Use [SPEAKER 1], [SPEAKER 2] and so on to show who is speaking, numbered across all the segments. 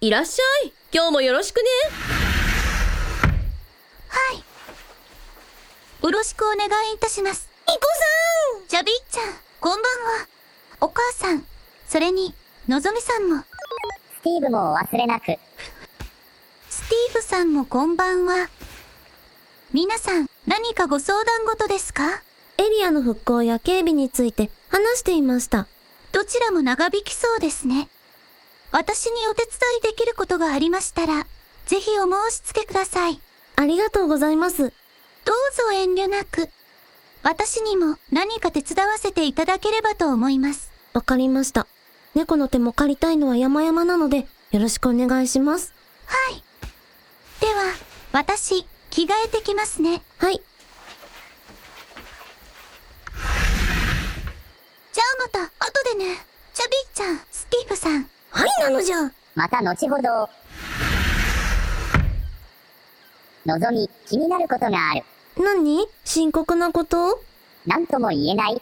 [SPEAKER 1] いらっしゃい今日もよろしくね
[SPEAKER 2] はい。よろしくお願いいたします。
[SPEAKER 1] ニコさん
[SPEAKER 2] ジャビッちゃん、こんばんは。お母さん、それに、のぞみさんも、
[SPEAKER 3] スティーブも忘れなく。
[SPEAKER 2] スティーブさんもこんばんは。皆さん、何かご相談事ですか
[SPEAKER 1] エリアの復興や警備について話していました。
[SPEAKER 2] どちらも長引きそうですね。私にお手伝いできることがありましたら、ぜひお申し付けください。
[SPEAKER 1] ありがとうございます。
[SPEAKER 2] どうぞ遠慮なく。私にも何か手伝わせていただければと思います。
[SPEAKER 1] わかりました。猫の手も借りたいのは山々なので、よろしくお願いします。
[SPEAKER 2] はい。では、私、着替えてきますね。
[SPEAKER 1] はい。
[SPEAKER 2] じゃあまた、後でね。チャビーちゃん、スティーブさん。
[SPEAKER 1] はいなのじゃ
[SPEAKER 3] また後ほど。のぞみ、気になることがある。
[SPEAKER 1] 何深刻なこと
[SPEAKER 3] なんとも言えない。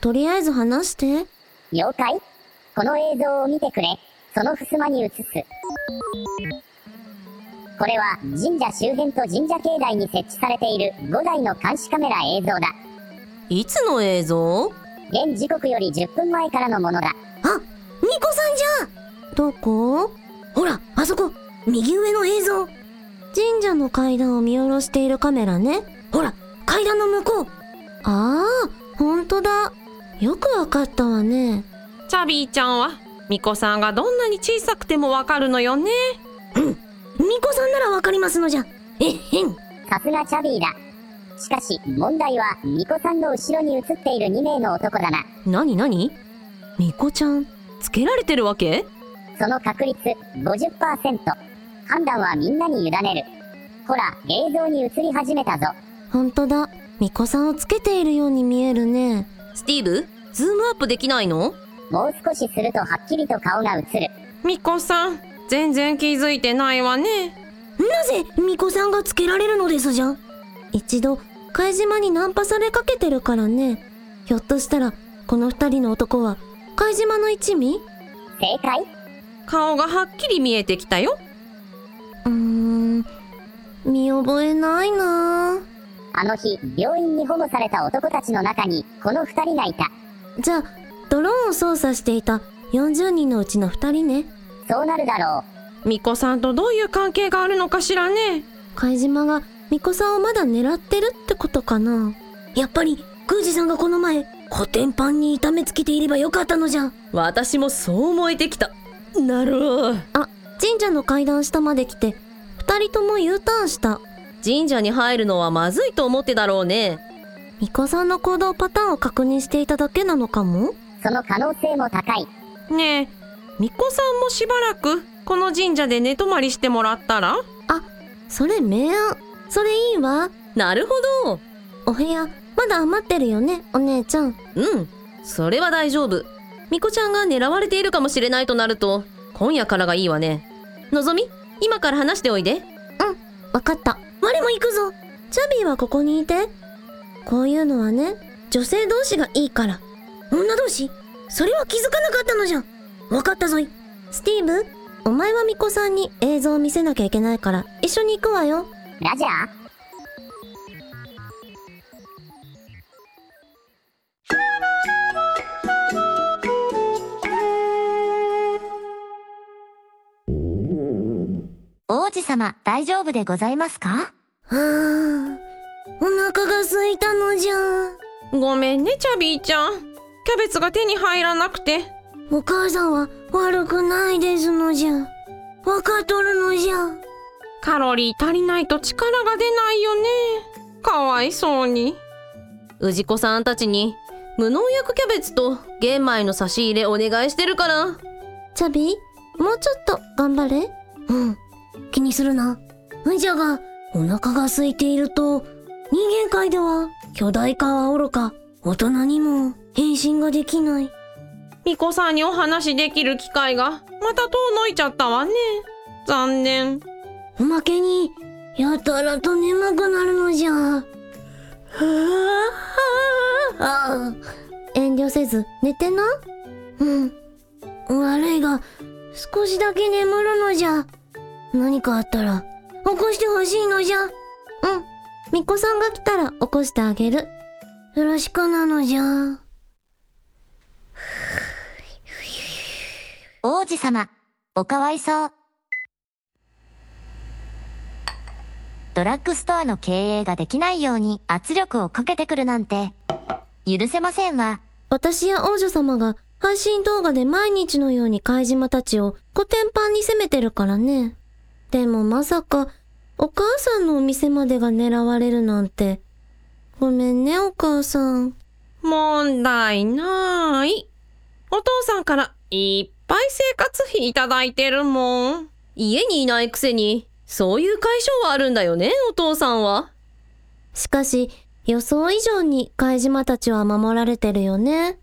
[SPEAKER 1] とりあえず話して。
[SPEAKER 3] 妖怪この映像を見てくれ。その襖に映す。これは神社周辺と神社境内に設置されている5台の監視カメラ映像だ。
[SPEAKER 1] いつの映像
[SPEAKER 3] 現時刻より10分前からのものだ。
[SPEAKER 1] あ、ニコさんじゃんどこほら、あそこ右上の映像神社の階段を見下ろしているカメラね。ほら、階段の向こうああ、ほんとだ。よくわかったわね。
[SPEAKER 4] チャビーちゃんはミコさんがどんなに小さくてもわかるのよね
[SPEAKER 1] ニコさんならわかりますのじゃ。えっへん。
[SPEAKER 3] さすがチャビーだ。しかし、問題は、ミコさんの後ろに映っている2名の男だな。
[SPEAKER 1] なになにミコちゃん、つけられてるわけ
[SPEAKER 3] その確率50%。判断はみんなに委ねる。ほら、映像に映り始めたぞ。
[SPEAKER 1] ほんとだ。ミコさんをつけているように見えるね。スティーブ、ズームアップできないの
[SPEAKER 3] もう少しするとはっきりと顔が映る。
[SPEAKER 4] ミコさん全然気づいてないわね
[SPEAKER 1] なぜ巫女さんがつけられるのですじゃ一度貝島にナンパされかけてるからねひょっとしたらこの二人の男は貝島の一味
[SPEAKER 3] 正解
[SPEAKER 4] 顔がはっきり見えてきたよ
[SPEAKER 1] うーん見覚えないな
[SPEAKER 3] あの日、病院に保護された男たちの中に、この二人がいた。
[SPEAKER 1] あじゃあドローンを操作していた40人のうちの二人ね
[SPEAKER 3] そうなるだろ
[SPEAKER 4] ミコさんとどういう関係があるのかしらね
[SPEAKER 1] 貝島が巫女さんをまだ狙ってるってことかなやっぱり宮司さんがこの前コテンパンに痛めつけていればよかったのじゃ
[SPEAKER 4] 私もそう思えてきたなる
[SPEAKER 1] あ、神社の階段下まで来て、二人とも U ターンした。
[SPEAKER 4] 神社に入るのはまずいと思ってだろうね
[SPEAKER 1] ミコさんの行動パターンを確認していただけなのかも
[SPEAKER 3] う。その可能性も高い。
[SPEAKER 4] ねえミコさんもしばらくこの神社で寝泊まりしてもらったら
[SPEAKER 1] あ、それ明暗。それいいわ。
[SPEAKER 4] なるほど
[SPEAKER 1] お部屋、まだ余ってるよね、お姉ちゃん。
[SPEAKER 4] うん、それは大丈夫。ミコちゃんが狙われているかもしれないとなると、今夜からがいいわね。のぞみ、今から話しておいで。
[SPEAKER 1] わかった。我も行くぞ。チャビーはここにいて。こういうのはね、女性同士がいいから。女同士それは気づかなかったのじゃん。わかったぞい。スティーブ、お前はミコさんに映像を見せなきゃいけないから、一緒に行くわよ。
[SPEAKER 3] ラジャー
[SPEAKER 2] 王子様、大丈夫でございますか
[SPEAKER 1] あーお腹が空いたのじゃん。
[SPEAKER 4] ごめんね、チャビーちゃん。キャベツが手に入らなくて。
[SPEAKER 1] お母さんは悪くないですのじゃん。わかっとるのじゃん。
[SPEAKER 4] カロリー足りないと力が出ないよね。かわいそうに。氏子さんたちに、無農薬キャベツと玄米の差し入れお願いしてるから。
[SPEAKER 1] チャビもうちょっと頑張れ。うん。気にするな。じゃが、お腹が空いていると、人間界では巨大化はおろか、大人にも変身ができない。
[SPEAKER 4] ミコさんにお話できる機会が、また遠のいちゃったわね。残念。
[SPEAKER 1] おまけに、やたらと眠くなるのじゃ。はあ、はあ、遠慮せず寝てな。うん。悪いが、少しだけ眠るのじゃ。何かあったら、起こしてほしいのじゃ。うん。みっこさんが来たら起こしてあげる。よろしくなのじゃ。
[SPEAKER 2] 王子様、おかわいそう。ドラッグストアの経営ができないように圧力をかけてくるなんて、許せませんわ。
[SPEAKER 1] 私や王女様が配信動画で毎日のように貝島たちをコテンパンに攻めてるからね。でもまさか、お母さんのお店までが狙われるなんて。ごめんね、お母さん。
[SPEAKER 4] 問題ない。お父さんからいっぱい生活費いただいてるもん。家にいないくせに、そういう解消はあるんだよね、お父さんは。
[SPEAKER 1] しかし、予想以上に貝島たちは守られてるよね。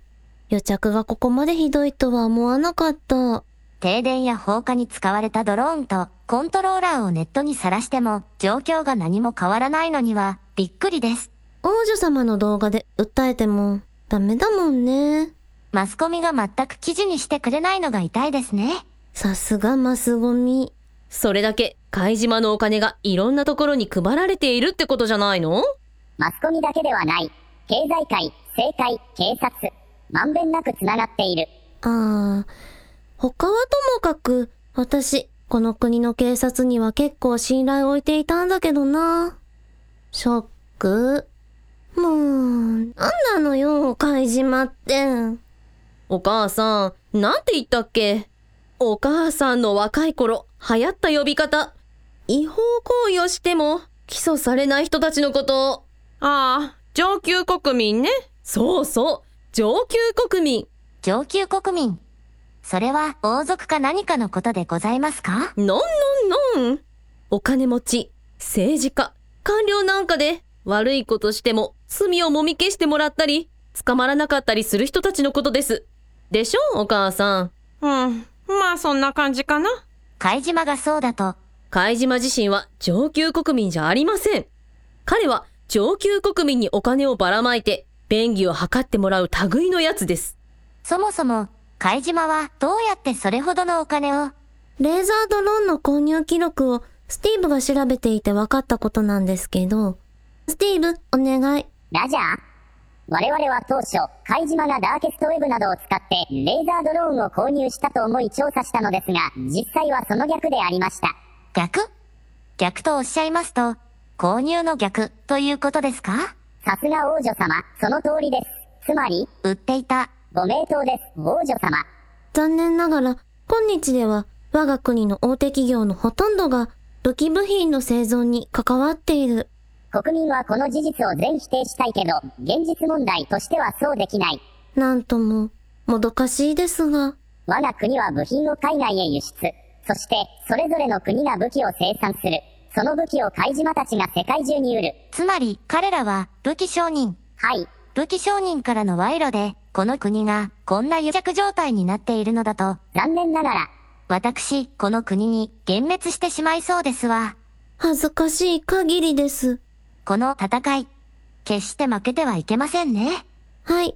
[SPEAKER 1] 癒着がここまでひどいとは思わなかった。
[SPEAKER 2] 停電や放火に使われたドローンとコントローラーをネットにさらしても状況が何も変わらないのにはびっくりです。
[SPEAKER 1] 王女様の動画で訴えてもダメだもんね。
[SPEAKER 2] マスコミが全く記事にしてくれないのが痛いですね。
[SPEAKER 1] さすがマスゴミ。
[SPEAKER 4] それだけ、貝島のお金がいろんなところに配られているってことじゃないの
[SPEAKER 3] マスコミだけではない。経済界、政界、警察。まんべんなく繋がっている。
[SPEAKER 1] ああ、他はともかく、私、この国の警察には結構信頼を置いていたんだけどな。ショック。もう、なんなのよ、貝島って。
[SPEAKER 4] お母さん、なんて言ったっけお母さんの若い頃、流行った呼び方。違法行為をしても、起訴されない人たちのこと。ああ、上級国民ね。そうそう、上級国民。
[SPEAKER 2] 上級国民。それは王族か何かのことでございますか
[SPEAKER 4] のんのんのん。お金持ち、政治家、官僚なんかで、悪いことしても、罪をもみ消してもらったり、捕まらなかったりする人たちのことです。でしょ、お母さん。
[SPEAKER 5] うん。まあそんな感じかな。
[SPEAKER 2] 貝島がそうだと
[SPEAKER 4] 貝島自身は上級国民じゃありません。彼は上級国民にお金をばらまいて、便宜を図ってもらう類のやつです。
[SPEAKER 2] そもそも、貝島はどうやってそれほどのお金を
[SPEAKER 1] レーザードローンの購入記録をスティーブが調べていて分かったことなんですけど、スティーブ、お願い。
[SPEAKER 3] ラジャー我々は当初、貝島がダーケストウェブなどを使って、レーザードローンを購入したと思い調査したのですが、実際はその逆でありました。
[SPEAKER 2] 逆逆とおっしゃいますと、購入の逆ということですか
[SPEAKER 3] さすが王女様、その通りです。つまり、
[SPEAKER 2] 売っていた
[SPEAKER 3] ご名答です、王女様。
[SPEAKER 1] 残念ながら、今日では我が国の大手企業のほとんどが武器部品の製造に関わっている。
[SPEAKER 3] 国民はこの事実を全否定したいけど、現実問題としてはそうできない。
[SPEAKER 1] なんとも、もどかしいですが。
[SPEAKER 3] 我が国は部品を海外へ輸出。そして、それぞれの国が武器を生産する。その武器を貝島たちが世界中に売る。
[SPEAKER 2] つまり彼らは武器商人。
[SPEAKER 3] はい。
[SPEAKER 2] 武器商人からの賄賂で、この国がこんな癒着状態になっているのだと、
[SPEAKER 3] 残念ながら、
[SPEAKER 2] 私、この国に幻滅してしまいそうですわ。
[SPEAKER 1] 恥ずかしい限りです。
[SPEAKER 2] この戦い、決して負けてはいけませんね。
[SPEAKER 1] はい、